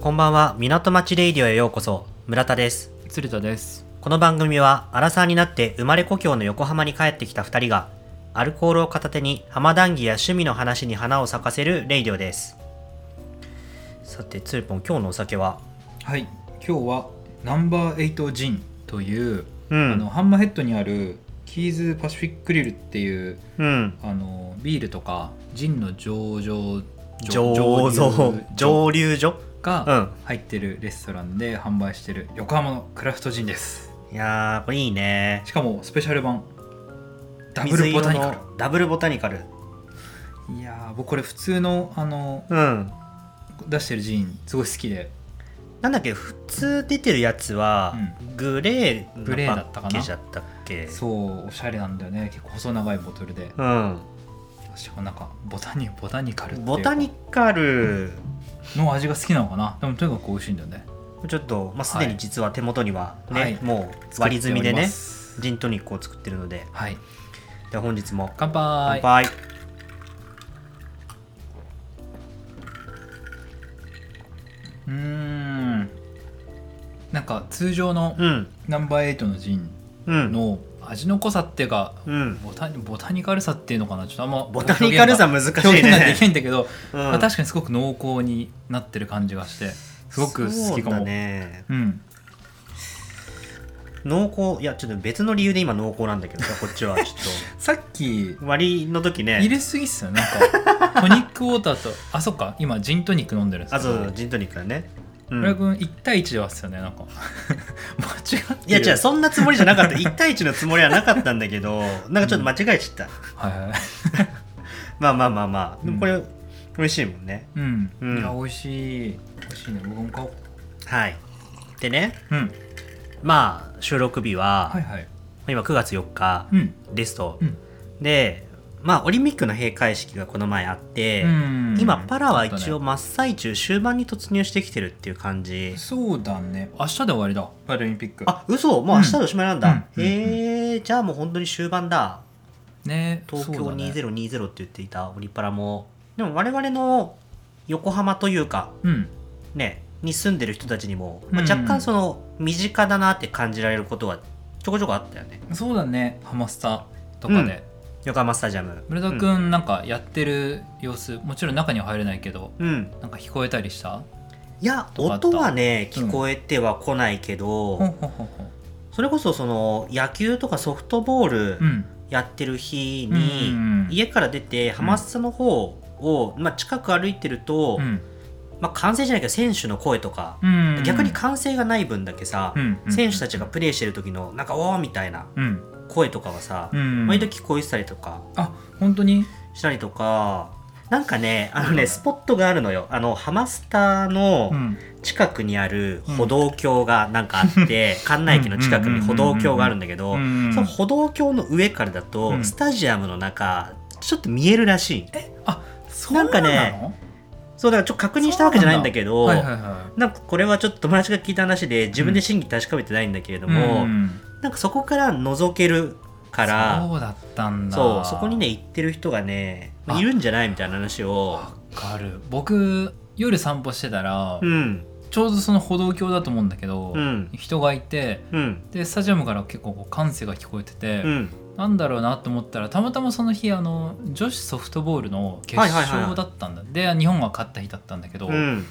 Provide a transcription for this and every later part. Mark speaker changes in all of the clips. Speaker 1: こんばんは、港町レイディオへようこそ、村田です。
Speaker 2: 鶴田です
Speaker 1: この番組は、アラサーになって生まれ故郷の横浜に帰ってきた二人が、アルコールを片手に浜談義や趣味の話に花を咲かせるレイディオです。さて、つるぽん、今日のお酒は
Speaker 2: はい今日はナンバーエイトジンという、
Speaker 1: うん
Speaker 2: あのハンマーヘッドにあるキーズパシフィックリルっていう
Speaker 1: うん。
Speaker 2: あのビールとかジンの醸造
Speaker 1: 醸造、
Speaker 2: 醸
Speaker 1: 蒸留所
Speaker 2: が入ってるレストランで販売してる横浜のクラフトジンです
Speaker 1: いやー、これいいね。
Speaker 2: しかもスペシャル版ダブルボタニカ
Speaker 1: 水色のダブルボタニカル。
Speaker 2: ルいやー僕これ普通のあの
Speaker 1: うん。
Speaker 2: 出してるジンすごい好きで
Speaker 1: なんだっけ普通出てるやつは、グレー
Speaker 2: グレー
Speaker 1: の
Speaker 2: だった
Speaker 1: パ
Speaker 2: かな
Speaker 1: ッケージだったっけ
Speaker 2: そうおしゃれなんだよね結構細長いボトルで
Speaker 1: うん
Speaker 2: しかもなんかボタニボタニカルっていうか
Speaker 1: ボタニカル
Speaker 2: の味が好きなのかなでもとにかく美味しいんだよね
Speaker 1: ちょっと、まあ、すでに実は手元にはね、
Speaker 2: はい
Speaker 1: もう割り済みでね
Speaker 2: 作っております
Speaker 1: ジントニックを作ってるので
Speaker 2: はい
Speaker 1: では本日も
Speaker 2: 乾杯
Speaker 1: 乾杯
Speaker 2: うーんなんか通常の
Speaker 1: うん
Speaker 2: ナンバーエイトのジン
Speaker 1: うん
Speaker 2: の味の濃さっていうか
Speaker 1: うん
Speaker 2: ボタニボタニカルさっていうのかなちょっとあんま
Speaker 1: ボタニカルさ
Speaker 2: 表
Speaker 1: 難しい
Speaker 2: 現が表現がで
Speaker 1: ね
Speaker 2: きないんだけど、
Speaker 1: うん
Speaker 2: まあ確かにすごく濃厚になってる感じがしてすごく好きか
Speaker 1: そうだ
Speaker 2: も
Speaker 1: ね
Speaker 2: うん
Speaker 1: 濃厚いやちょっと別の理由で今濃厚なんだけどこっちはちょっ
Speaker 2: さっき
Speaker 1: と割りの時ね
Speaker 2: 入れすぎっすよなんかトニックウォーター とあそっか今ジントニック飲んでるんです
Speaker 1: あ
Speaker 2: けど
Speaker 1: とジントニックだね、う
Speaker 2: 村
Speaker 1: ん
Speaker 2: 井、君1対1で割ってたよねなんか 間違って
Speaker 1: いや
Speaker 2: る
Speaker 1: 違うそんなつもりじゃな かった1対1のつもりはなかったんだけどなんかちょっと間違えちゃった、
Speaker 2: はいはいはい
Speaker 1: まあまあまあまあでもこれ、
Speaker 2: う
Speaker 1: 美味しいもんね
Speaker 2: うん、
Speaker 1: うん
Speaker 2: いや美味しい美味しいね僕も買おう
Speaker 1: はいでね
Speaker 2: うん
Speaker 1: まあ収録日は、
Speaker 2: はいはい
Speaker 1: 今9月4日
Speaker 2: うん
Speaker 1: ですと、
Speaker 2: うん
Speaker 1: でまあオリンピックの閉会式がこの前あって、今パラは一応真っ最中終盤に突入してきてるっていう感じ
Speaker 2: そうだね明日で終わりだパラリンピック
Speaker 1: あ嘘もう明日でおしまいなんだ、
Speaker 2: うんうん
Speaker 1: へえじゃあもう本当に終盤だ
Speaker 2: ね
Speaker 1: 東京
Speaker 2: そうだね
Speaker 1: 2020って言っていたオリパラも、でも我々の横浜というか
Speaker 2: うん
Speaker 1: ねに住んでる人たちにも、まあ、
Speaker 2: うん
Speaker 1: 若干その身近だなって感じられることはちょこちょこあったよね
Speaker 2: そうだねハマスタとかで、
Speaker 1: 横浜スタジアム
Speaker 2: 村田
Speaker 1: うん、
Speaker 2: 君なんかやってる様子もちろん中には入れないけど
Speaker 1: うん
Speaker 2: なんか聞こえたりした
Speaker 1: いや
Speaker 2: とかあった
Speaker 1: 音はね聞こえては来ないけど、
Speaker 2: ほんほんほんほん
Speaker 1: それこそその野球とかソフトボー
Speaker 2: う
Speaker 1: ル
Speaker 2: ん
Speaker 1: やってる日
Speaker 2: う
Speaker 1: に、
Speaker 2: ん
Speaker 1: 家から出てハマスタの方を、まあ、近く歩いてると、
Speaker 2: うん
Speaker 1: まあ、歓声じゃないけど選手の声とか、
Speaker 2: うん
Speaker 1: 逆に歓声がない分だけさ、
Speaker 2: うん
Speaker 1: 選手たちがプレーしてる時のなんか「おー!」みたいな
Speaker 2: うん
Speaker 1: 声とかはさ、
Speaker 2: うん
Speaker 1: 毎度聞こえてたりとか
Speaker 2: あ本当に
Speaker 1: したりとかなんかねあのね、
Speaker 2: うん
Speaker 1: スポットがあるのよあのハマスタの
Speaker 2: うん
Speaker 1: 近くにある歩道橋がなんかあって、関内駅の近くに歩道橋があるんだけど、
Speaker 2: うん
Speaker 1: その歩道橋の上からだと、
Speaker 2: うん
Speaker 1: スタジアムの中ちょっと見えるらしい
Speaker 2: そうなの
Speaker 1: なんかねそうだからちょっと確認したわけじゃないんだけど
Speaker 2: は
Speaker 1: ないん
Speaker 2: はいは
Speaker 1: かこれはちょっと友達が聞いた話で自分で真偽確かめてないんだけれど
Speaker 2: い
Speaker 1: も、
Speaker 2: ん
Speaker 1: なんかそこから覗けるから
Speaker 2: そうだったんだ
Speaker 1: そうそこにね行ってる人がね
Speaker 2: あ
Speaker 1: いるんじゃないみたいな話を
Speaker 2: わかる僕夜散歩してたら、
Speaker 1: うん
Speaker 2: ちょうどその歩道橋だと思うんだけど、
Speaker 1: うん
Speaker 2: 人がいて
Speaker 1: うん
Speaker 2: でスタジアムから結構こう歓声が聞こえてて、
Speaker 1: うん
Speaker 2: なんだろうなと思ったらたまたまその日あの女子ソフトボールの決
Speaker 1: はいはいは
Speaker 2: 勝
Speaker 1: い
Speaker 2: だったんだ、で日本が勝った日だったんだけど、
Speaker 1: うん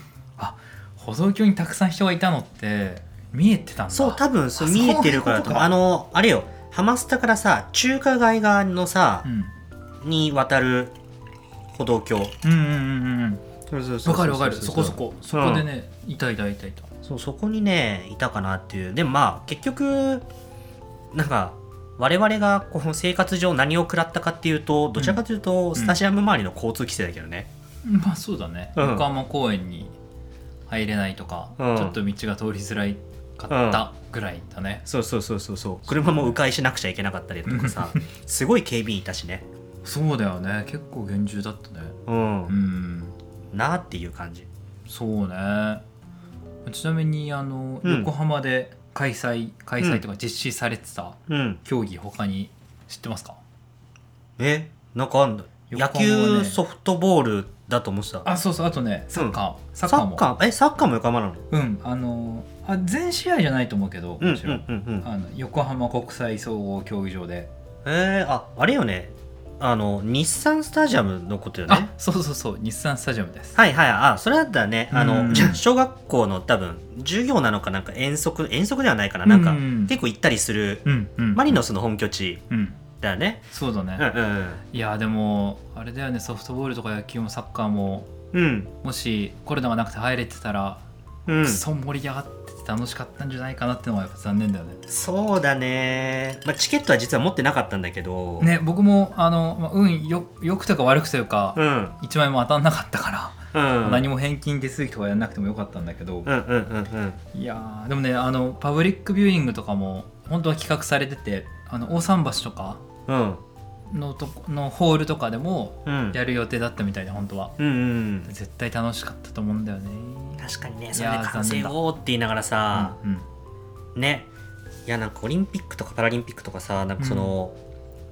Speaker 2: 歩道橋にたくさん人がいたのって見えてたんだ
Speaker 1: そう多分そう
Speaker 2: あ
Speaker 1: 見えてるからだと思う
Speaker 2: そう
Speaker 1: あ
Speaker 2: いう
Speaker 1: のあれよハマスタからさ中華街側のさ
Speaker 2: う、ん、
Speaker 1: に渡る歩道橋
Speaker 2: うんうんうんうんうんわ
Speaker 1: わ
Speaker 2: かるわかるそこそこそこでね、いたいたいたいた
Speaker 1: そうそこにねいたかなっていうでもまあ結局なんか我々がこう生活上何を食らったかっていうとどちらかというとスタジアム周りの交通規制だけどね、
Speaker 2: まあそうだね、
Speaker 1: うん
Speaker 2: 横浜公園に入れないとか、
Speaker 1: うん
Speaker 2: ちょっと道が通りづらいかったぐらいだね、
Speaker 1: そうそうそうそうそう車も迂回しなくちゃいけなかったりだとか さすごい警備員いたしね
Speaker 2: そうだよね結構厳重だったね
Speaker 1: うん、
Speaker 2: うん
Speaker 1: なあっていう感じ
Speaker 2: そうねちなみにあの、
Speaker 1: うん
Speaker 2: 横浜で開催開催とか実施されてた
Speaker 1: うん
Speaker 2: 競技他に知ってますか
Speaker 1: えなんかあんだ野
Speaker 2: 横浜は
Speaker 1: 球
Speaker 2: ね
Speaker 1: ソフトボールだと思ってた
Speaker 2: あそうそうあとねサッカー、サ
Speaker 1: サ
Speaker 2: ッカー
Speaker 1: ッ
Speaker 2: も
Speaker 1: カーえサッカーも横浜なの
Speaker 2: うんあのーあ全試合じゃないと思うけど
Speaker 1: うんう
Speaker 2: も
Speaker 1: ん
Speaker 2: ちろん、
Speaker 1: うんうん
Speaker 2: あの横浜国際総合競技場で、
Speaker 1: えー、ああれよねあの日産スタジアムのことよね
Speaker 2: あそうそうそう日産スタジアムです、
Speaker 1: はいはいあそれだったらねあ
Speaker 2: う
Speaker 1: の
Speaker 2: ん
Speaker 1: じゃ小学校の多分授業なのかなんか遠足遠足ではないかななんか
Speaker 2: うん
Speaker 1: 結構行ったりする
Speaker 2: うんうん
Speaker 1: マリノスの本拠地
Speaker 2: うん
Speaker 1: だよね
Speaker 2: そうだね、
Speaker 1: うんうん
Speaker 2: いやでもあれだよねソフトボールとか野球もサッカーも
Speaker 1: うん
Speaker 2: もしコロナがなくて入れてた
Speaker 1: う
Speaker 2: ら、
Speaker 1: ん
Speaker 2: クソ盛り上がってて楽しかったんじゃないかなってのがやっぱ残念だよね
Speaker 1: そうだね、まあ、チケットは実は持ってなかったんだけど、
Speaker 2: ね僕もあの、まあ、運よよくというか悪くというか、
Speaker 1: うん
Speaker 2: 一枚も当たんなかったから、
Speaker 1: うん
Speaker 2: 何も返金手続きとかやらなくてもよかったんだけど、
Speaker 1: うんうんうんうん
Speaker 2: いやーでもねあのパブリックビューイングとかも本当は企画されててあの大桟橋とか
Speaker 1: うん
Speaker 2: のとこのホールとかでも
Speaker 1: うん
Speaker 2: やる予定だったみたいで本当は
Speaker 1: うんうん
Speaker 2: 絶対楽しかったと思うんだよね
Speaker 1: 確かにね
Speaker 2: や
Speaker 1: それで完成
Speaker 2: 残念だ
Speaker 1: をって言いながらさ、
Speaker 2: うんうん
Speaker 1: ねいやなんかオリンピックとかパラリンピックとかさなんかその、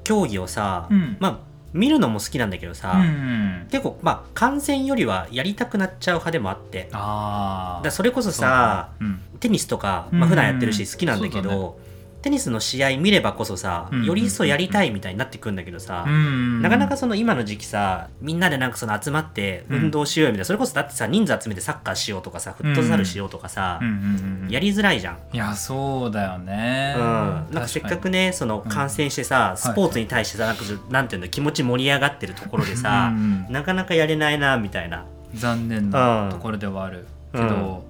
Speaker 1: 競技をさ、
Speaker 2: うん
Speaker 1: まあ見るのも好きなんだけどさ、
Speaker 2: うん
Speaker 1: 結構まあ観戦よりはやりたくなっちゃう派でもあってだか
Speaker 2: あ
Speaker 1: らそれこそさ
Speaker 2: あ、うん、
Speaker 1: テニスとか、
Speaker 2: うん
Speaker 1: まあ、普段やってるし好きなんだけ
Speaker 2: そうだ
Speaker 1: ど、テニスの試合見ればこそさ、
Speaker 2: うん
Speaker 1: より一層やりたいみたいになってくんだけどさ、
Speaker 2: うん
Speaker 1: なかなかその今の時期さみんなでなんかその集まって
Speaker 2: うん
Speaker 1: 運動しようよみたいな、それこそだってさ人数集めてサッカーしようとかさフットサルしようとかさ、
Speaker 2: うんうんうん、
Speaker 1: やりづらいじゃん。
Speaker 2: いやそうだよね、
Speaker 1: うん、なんかせっかく
Speaker 2: ね
Speaker 1: ねその
Speaker 2: うん
Speaker 1: 感染してさ、スポーツに対してさなんかなんていうの気持ち盛り上がってるところでさ、なかなかやれないなみたいな。
Speaker 2: 残念
Speaker 1: うん
Speaker 2: なところではあるけど、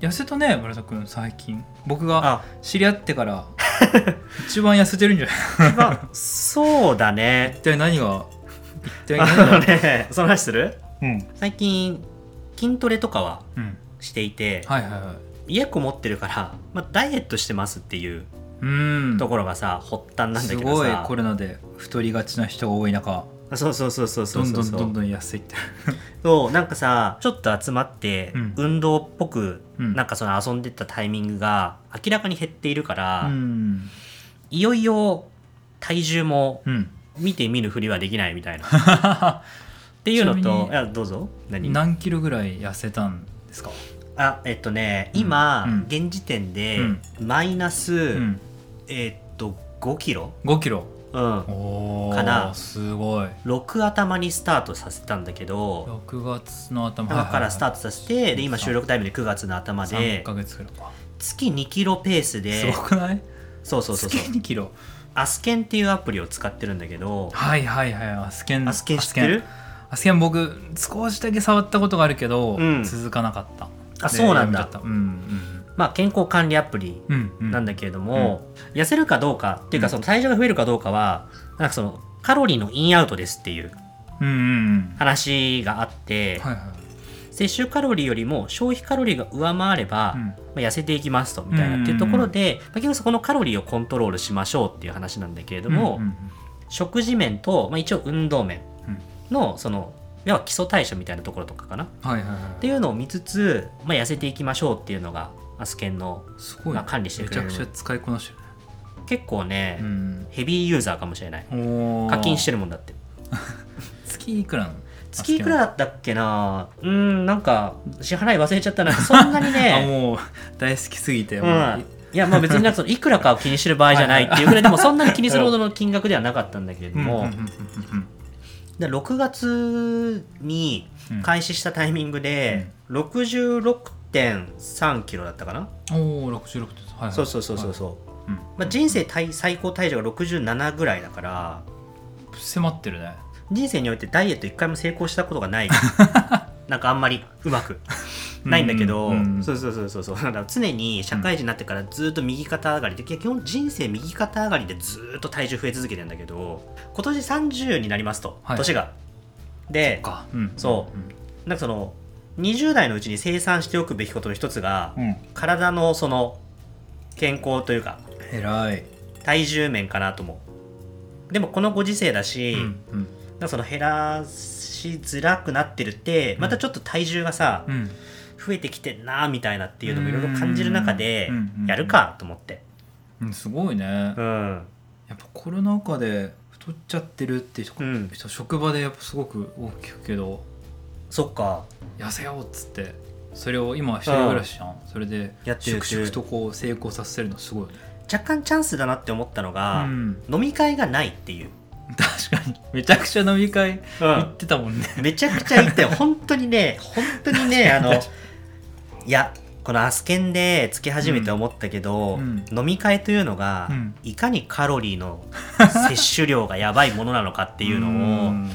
Speaker 2: 痩せたね村田君最近僕が
Speaker 1: あ
Speaker 2: 知り合ってから 一番痩せてるんじゃない
Speaker 1: まあそうだね。
Speaker 2: 一体何が一体 何
Speaker 1: あの
Speaker 2: が、
Speaker 1: ねその話する
Speaker 2: うん
Speaker 1: 最近筋トレとかは
Speaker 2: うん、
Speaker 1: していて、
Speaker 2: はいはいはい
Speaker 1: 家こもってるから、まあ、ダイエットしてますっていう
Speaker 2: うん
Speaker 1: ところがさ、発端なんだ
Speaker 2: す
Speaker 1: けど
Speaker 2: ごい
Speaker 1: さ
Speaker 2: コロナで太りがちな人が多い中
Speaker 1: そうそうそうそうそ
Speaker 2: ど
Speaker 1: うんそ
Speaker 2: ど
Speaker 1: うんそう
Speaker 2: どんどん痩せていってる
Speaker 1: そうなんかさちょっと集まって、
Speaker 2: うん
Speaker 1: 運動っぽく
Speaker 2: うん
Speaker 1: なんかその遊んでたタイミングが明らかに減っているから、
Speaker 2: うん
Speaker 1: いよいよ体重も
Speaker 2: うん
Speaker 1: 見て見ぬふりはできないみたいなっていうの
Speaker 2: ちなみ
Speaker 1: と
Speaker 2: に
Speaker 1: いやどうぞ何
Speaker 2: 何キロぐらい痩せたんですか、
Speaker 1: あえっとね今、
Speaker 2: うん
Speaker 1: 現時点で、
Speaker 2: うん
Speaker 1: マイナス、
Speaker 2: うん、
Speaker 1: えっと5キロ、
Speaker 2: 5キロ
Speaker 1: うん、
Speaker 2: お
Speaker 1: かな
Speaker 2: おすごい
Speaker 1: 6頭にスタートさせたんだけど
Speaker 2: 6月の頭
Speaker 1: だからスター
Speaker 2: ト
Speaker 1: トさせて、で今収録タイムで9月の頭
Speaker 2: 3
Speaker 1: で
Speaker 2: ヶ月ぐらいか、
Speaker 1: 月2キロペースです
Speaker 2: ごくない
Speaker 1: そうそうそうそう
Speaker 2: 月2キロ
Speaker 1: アスケンっていうアプリを使ってるんだけど
Speaker 2: はいはいはいアスケン
Speaker 1: アスケン知ってる
Speaker 2: アスケン僕少しだけ触ったことがあるけど、
Speaker 1: うん
Speaker 2: 続かなかった
Speaker 1: あ
Speaker 2: で
Speaker 1: そうなんだ
Speaker 2: やめちゃったうん
Speaker 1: まあ健康管理アプリ
Speaker 2: うんうんうん
Speaker 1: なんだけれども、痩せるかどうかっていうかその体重が増えるかどうかはなんかそのカロリーのインアウトですっていう
Speaker 2: うんうんうん
Speaker 1: 話があって、
Speaker 2: はいはい
Speaker 1: 摂取カロリーよりも消費カロリーが上回れば、
Speaker 2: うん
Speaker 1: まあ、痩せていきますとみたいな、
Speaker 2: うん
Speaker 1: っていうところで、まあ、結局そこのカロリーをコントロールしましょうっていう話なんだけれども、
Speaker 2: うんうん
Speaker 1: 食事面と、まあ、一応運動面
Speaker 2: うん
Speaker 1: のその要は基礎代謝みたいなところとかかなっ
Speaker 2: うんはいはいはい
Speaker 1: ていうのを見つつ、まあ、痩せていきましょうっていうのがアスケンの
Speaker 2: すごい、
Speaker 1: まあ管理してくれる
Speaker 2: めちゃくちゃ使いこなしてるね
Speaker 1: 結構ね、
Speaker 2: うん
Speaker 1: ヘビーユーザーかもしれない
Speaker 2: おー
Speaker 1: 課金してるもんだって
Speaker 2: 月いくらなの
Speaker 1: 月いくらだったっけなうーんなんか支払い忘れちゃったな そんなに
Speaker 2: あ
Speaker 1: ね
Speaker 2: もう大好きすぎて、
Speaker 1: う
Speaker 2: もうん
Speaker 1: いやまあ別になんかそのいくらかを気にしてる場合じゃないっていうぐらいでもそんなに気にするほどの金額ではなかったんだけれども、
Speaker 2: うんうんうんうんうん
Speaker 1: で6月に開始したタイミングで66.3キロだったかな、
Speaker 2: おお66点はいはい
Speaker 1: そうそうそうそうそう
Speaker 2: うん
Speaker 1: まあ、人生体最高体重が67ぐらいだから
Speaker 2: 迫ってるね
Speaker 1: 人生においてダイエット一回も成功したことが ないなんかあんまりうまくないんだけど、
Speaker 2: うん
Speaker 1: そうそうそうそうそうだから常に社会人になってからずっと右肩上がりで基本人生右肩上がりでずっと体重増え続けてるんだけど今年30になりますと、
Speaker 2: はい
Speaker 1: 年がで
Speaker 2: かうん
Speaker 1: そ
Speaker 2: うん
Speaker 1: なんかその20代のうちに生産しておくべきことの一つが、
Speaker 2: うん
Speaker 1: 体のその健康というか
Speaker 2: 偉い
Speaker 1: 体重面かなと思うでもこのご時世だし、
Speaker 2: うんうん
Speaker 1: なんかその減らしづらくなってるってまたちょっと体重がさ、
Speaker 2: うん
Speaker 1: 増えてきてんなみたいなっていうのもいろいろ感じる中で
Speaker 2: うんうん
Speaker 1: やるかと思って
Speaker 2: うんすごいね
Speaker 1: うん
Speaker 2: やっぱコロナ禍で太太っちゃってるって人,、
Speaker 1: うん
Speaker 2: 職場でやっぱすごく大きくけど
Speaker 1: そっか
Speaker 2: 痩せようっつってそれを今一人暮らしじゃんそれで
Speaker 1: やってる
Speaker 2: 粛々とこう成功させるのすごいよね
Speaker 1: 若干チャンスだなって思ったの
Speaker 2: う
Speaker 1: が、
Speaker 2: ん
Speaker 1: 飲み会がないっていう、
Speaker 2: 確かにめちゃくちゃ飲み会行ってたもんね、
Speaker 1: めちゃくちゃ言って本当に ね本当にねあのいやこのアスケンでつけ始めて思ったけど、
Speaker 2: うん
Speaker 1: 飲み会というのが、
Speaker 2: うん
Speaker 1: いかにカロリー の摂取量がやばいものなのかっていうのを、
Speaker 2: ん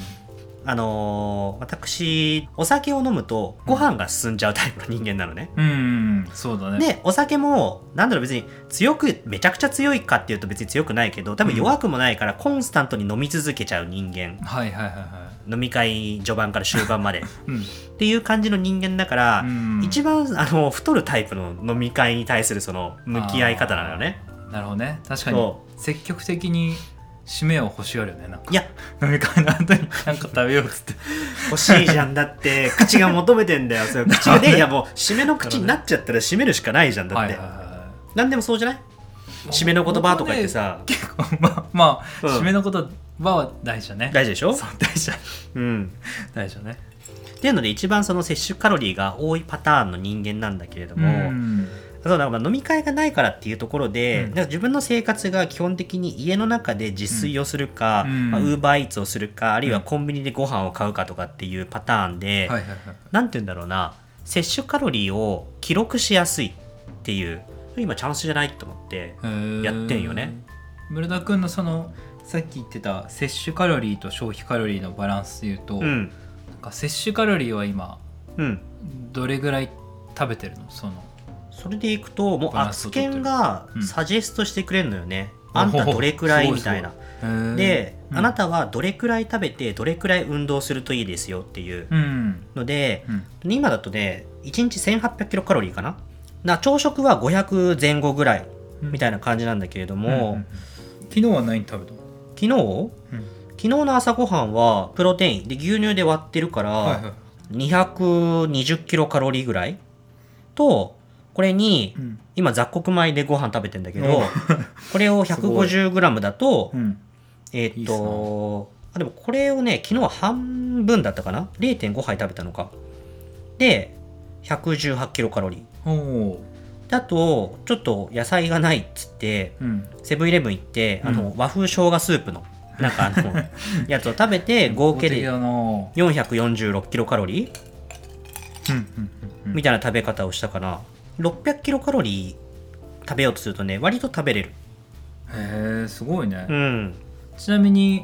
Speaker 1: あのー私お酒を飲むとご飯が進んじゃうタイプの人間なのね。
Speaker 2: うんそうだね
Speaker 1: でお酒もなんだろう別に強くめちゃくちゃ強いかっていうと別に強くないけど多分弱くもないからコンスタントに飲み続けちゃう人間
Speaker 2: はいはいはいは
Speaker 1: 飲み会序盤から終盤まで
Speaker 2: いう
Speaker 1: っ
Speaker 2: ん
Speaker 1: ていう感じの人間だから、
Speaker 2: うん
Speaker 1: 一番あの太るタイプの飲み会に対するその向き合い方なのよね。
Speaker 2: なるほどね確かに
Speaker 1: そ
Speaker 2: 積極的に締めを欲しがるよねなんか
Speaker 1: いや
Speaker 2: 飲み会の後になんか食べようっつって
Speaker 1: 欲しいじゃんだって口が求めてんだよそれ口がねいやもう締めの口になっちゃったら締めるしかないじゃんだ
Speaker 2: は
Speaker 1: っ
Speaker 2: い
Speaker 1: て、
Speaker 2: はいはい
Speaker 1: 何でもそうじゃない締めの言葉とか言ってさ
Speaker 2: 結構 まあまあ、
Speaker 1: うん
Speaker 2: 締めのことは大事だね
Speaker 1: 大事でしょ
Speaker 2: そう大事だ
Speaker 1: うん
Speaker 2: 大事だね
Speaker 1: っていうので一番その摂取カロリーが多いパターンの人間なんだけれど
Speaker 2: う
Speaker 1: も、
Speaker 2: ん
Speaker 1: そうだからまあ飲み会がないからっていうところで、
Speaker 2: うん
Speaker 1: なんか自分の生活が基本的に家の中で自炊をするか、
Speaker 2: うん
Speaker 1: まあ、ウーバーイーツをするかあるいはコンビニでご飯を買うかとかっていうパターンで、
Speaker 2: はいはいはい
Speaker 1: なんて言うんだろうな摂取カロリーを記録しやすいっていう今チャンスじゃないと思って
Speaker 2: へー
Speaker 1: やってんよね
Speaker 2: 村田君のそのさっき言ってた摂取カロリーと消費カロリーのバランスでいうと、
Speaker 1: うん
Speaker 2: なんか摂取カロリーは今
Speaker 1: うん
Speaker 2: どれぐらい食べてるのその
Speaker 1: それでいくともう
Speaker 2: バラ
Speaker 1: ア
Speaker 2: ンス
Speaker 1: ス
Speaker 2: を取
Speaker 1: ケ
Speaker 2: ってる
Speaker 1: ンが
Speaker 2: うん
Speaker 1: サジェストしてくれるのよね、あんたどれくらいみたいなで、あな
Speaker 2: た
Speaker 1: たはどれくらい食べてどれくらい運動するといいですよっていう
Speaker 2: うん
Speaker 1: ので、
Speaker 2: うん
Speaker 1: 今だとね1日1800キロカロリーかなな朝食は500前後ぐらいみたいな感じなんだけれども、
Speaker 2: 昨日は何食べたの
Speaker 1: 昨日昨日の朝ごはんはプロテインで牛乳で割ってるから、
Speaker 2: はいはい
Speaker 1: 220キロカロリーぐらいとこれに
Speaker 2: うん
Speaker 1: 今雑穀米でご飯食べてんだけど
Speaker 2: お
Speaker 1: これを 150g だと
Speaker 2: うん
Speaker 1: えーっ
Speaker 2: いいっす
Speaker 1: とあでもこれをね昨日は半分だったかな0.5杯食べたのかで118キロカロリー
Speaker 2: おお
Speaker 1: だとちょっと野菜がないっつって
Speaker 2: うん
Speaker 1: セブンイレブン行ってあの、
Speaker 2: う
Speaker 1: 和風生姜スープのなんかあのやつを食べ て合計
Speaker 2: 的
Speaker 1: で
Speaker 2: だなうん
Speaker 1: 446キロカロリー
Speaker 2: うんうん
Speaker 1: みたいな食べ方をしたかな600キロカロリー食べようとするとね割と食べれる
Speaker 2: へえすごいね
Speaker 1: うん
Speaker 2: ちなみに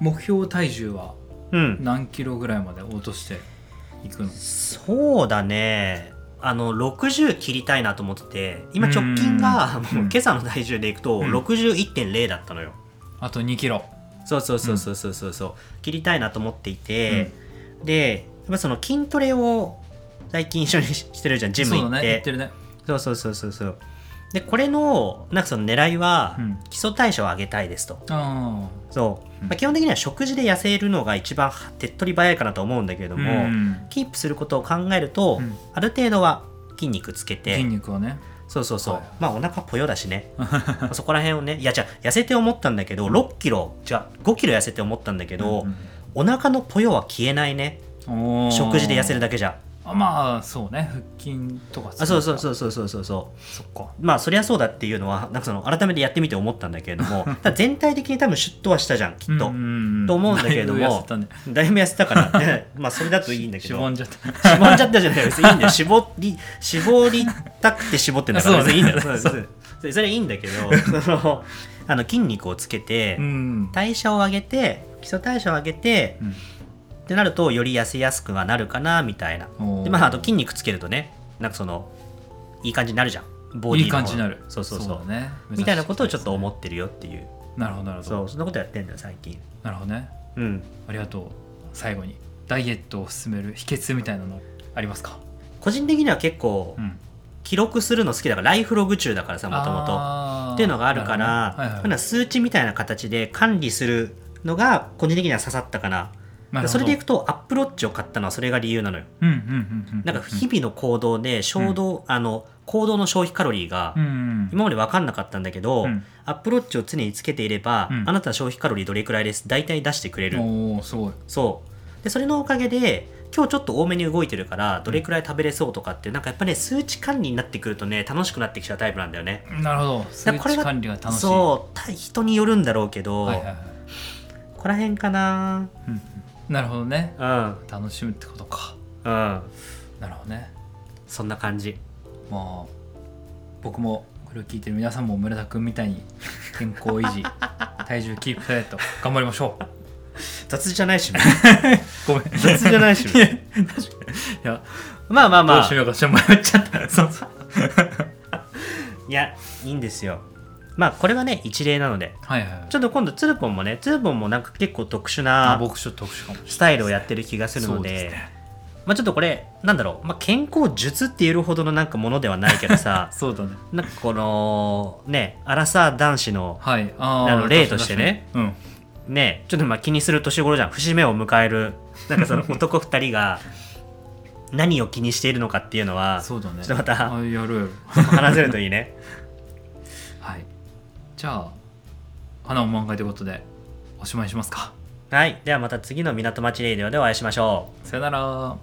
Speaker 2: 目標体重は
Speaker 1: うん
Speaker 2: 何キロぐらいまで落としていくの
Speaker 1: そうだねあの60切りたいなと思ってて今直近が
Speaker 2: うん
Speaker 1: もう今朝の体重でいくと
Speaker 2: うん
Speaker 1: 61.0だったのよ、
Speaker 2: あと2キロ
Speaker 1: そうそうそうそうそうそうそう切りたいなと思っていて、でやっぱその筋トレを最近一緒にししてるじゃんジム行
Speaker 2: そう
Speaker 1: っ
Speaker 2: だね
Speaker 1: て
Speaker 2: 言ってるね
Speaker 1: そうそうそうそうそうでこれのなんかその狙いは、
Speaker 2: うん
Speaker 1: 基礎代謝を上げたいですと
Speaker 2: あ
Speaker 1: そう、
Speaker 2: うん
Speaker 1: まあ、基本的には食事で痩せるのが一番手っ取り早いかなと思うんだけれ
Speaker 2: あ
Speaker 1: ども、キープすることを考えると、
Speaker 2: うん
Speaker 1: ある程度は筋肉つけ
Speaker 2: 筋
Speaker 1: て
Speaker 2: 肉をね
Speaker 1: そうそうそう、
Speaker 2: はい
Speaker 1: まあお腹ぽよだし ねまあそこら辺をねいやじゃあ痩せて思ったんだけど6キロじゃ5キロ痩せて思ったんだけど、お腹のぽよは消えないね
Speaker 2: おー
Speaker 1: 食事で痩せるだけじゃ
Speaker 2: あまあそうね腹筋とか
Speaker 1: あそうそう
Speaker 2: う
Speaker 1: そうそうそうそうそう
Speaker 2: そっか
Speaker 1: まあそりゃそうだっていうのはなんかその改めてやってみて思ったんだけれどもただ全体的に多分シュッとはしたじゃんきっと、と
Speaker 2: と
Speaker 1: 思うんだけれどもだいぶ痩せたからねまあそれだといいんだけ
Speaker 2: し
Speaker 1: ど
Speaker 2: ぼんじゃった
Speaker 1: 絞っちゃったじゃない別にいいんだよ絞り絞りたくて絞ってんだから
Speaker 2: そう
Speaker 1: 別
Speaker 2: ね
Speaker 1: にいいんだよ
Speaker 2: そう
Speaker 1: そうそうそれいいんだけどそのあの筋肉をつけて
Speaker 2: うん
Speaker 1: 代謝を上げて基礎代謝を上げてってなるとより痩せやすくはなるかなみたいな
Speaker 2: おー
Speaker 1: でまああと筋肉つけるとねなんかそのいい感じになるじゃんボディの
Speaker 2: いい感じになる
Speaker 1: そうそうそう
Speaker 2: だね
Speaker 1: みたいなことをちょっと思
Speaker 2: っ
Speaker 1: ってるよっていう
Speaker 2: なるほどなるほ
Speaker 1: そ
Speaker 2: ど
Speaker 1: うそんなことやってんだよ最近
Speaker 2: なるほどね
Speaker 1: うん
Speaker 2: ありがとう最後にダイエットを進める秘訣みたいなのありますか
Speaker 1: 個人的には結構記録するの好きだからライフログ中だからさもともと
Speaker 2: と
Speaker 1: っていうのがあるから、
Speaker 2: はいはい
Speaker 1: まあ数値みたいな形で管理するのが個人的には刺さったかな
Speaker 2: なるほど
Speaker 1: それでいくとアップロッチを買ったのはそれが理由なのよ
Speaker 2: うんうんうんうんうん
Speaker 1: なんか日々の行動で衝動、あの行動の消費カロリーが
Speaker 2: うんうん
Speaker 1: 今まで分かんなかったんだけど、
Speaker 2: うん
Speaker 1: アップローチを常につけていれば、
Speaker 2: うん
Speaker 1: あなたの消費カロリーどれくらいです大体出してくれる、
Speaker 2: おおすごい
Speaker 1: そうでそれのおかげで今日ちょっと多めに動いてるからどれくらい食べれそうとかっていうなんかやっぱね数値管理になってくるとね楽しくなってきちゃうタイプなんだよね
Speaker 2: なるほど数
Speaker 1: だからこれ
Speaker 2: 値
Speaker 1: が
Speaker 2: 管理が楽しい
Speaker 1: そうた人によるんだろうけど、
Speaker 2: はいはいはい
Speaker 1: ここら辺かな
Speaker 2: うんうんなるほどね
Speaker 1: うん
Speaker 2: 楽しむってことか
Speaker 1: うん
Speaker 2: なるほどね
Speaker 1: そんな感じ
Speaker 2: まあ僕もこれを聞いてる皆さんも村田君みたいに健康維 持体重キープダイエット頑張りましょう
Speaker 1: 雑じゃないし
Speaker 2: ご めん
Speaker 1: 雑じゃないし
Speaker 2: いや 確かにいや
Speaker 1: まあまあま
Speaker 2: どう
Speaker 1: あ
Speaker 2: しようかちょっと迷っちゃった そうそう
Speaker 1: いやいいんですよまあこれはね一例なので
Speaker 2: はいはいはい
Speaker 1: ちょっと今度ツルポンもねツルポンもなんか結構特殊
Speaker 2: あ
Speaker 1: な
Speaker 2: 僕ちょっと特殊かもしれない
Speaker 1: スタイルをやってる気がするので
Speaker 2: そうすね
Speaker 1: まあ、ちょっとこれなんだろう、まあ、健康術って言えるほどのなんかものではないけど さ
Speaker 2: そうだね
Speaker 1: なんかこのねアラサー男子の
Speaker 2: はいあー
Speaker 1: あの例としてね
Speaker 2: 確かにうん
Speaker 1: ねちょっとまあ気にする年頃じゃん節目を迎えるなんか その男2人が何を気にしているのかっていうのは
Speaker 2: そうだね
Speaker 1: ちょっとまた
Speaker 2: あやるやる
Speaker 1: 話せるといいね
Speaker 2: はいじゃあ花を満開ということでおしまいにしますか
Speaker 1: はいではまた次の港町レイディオでお会いしましょう
Speaker 2: さよなら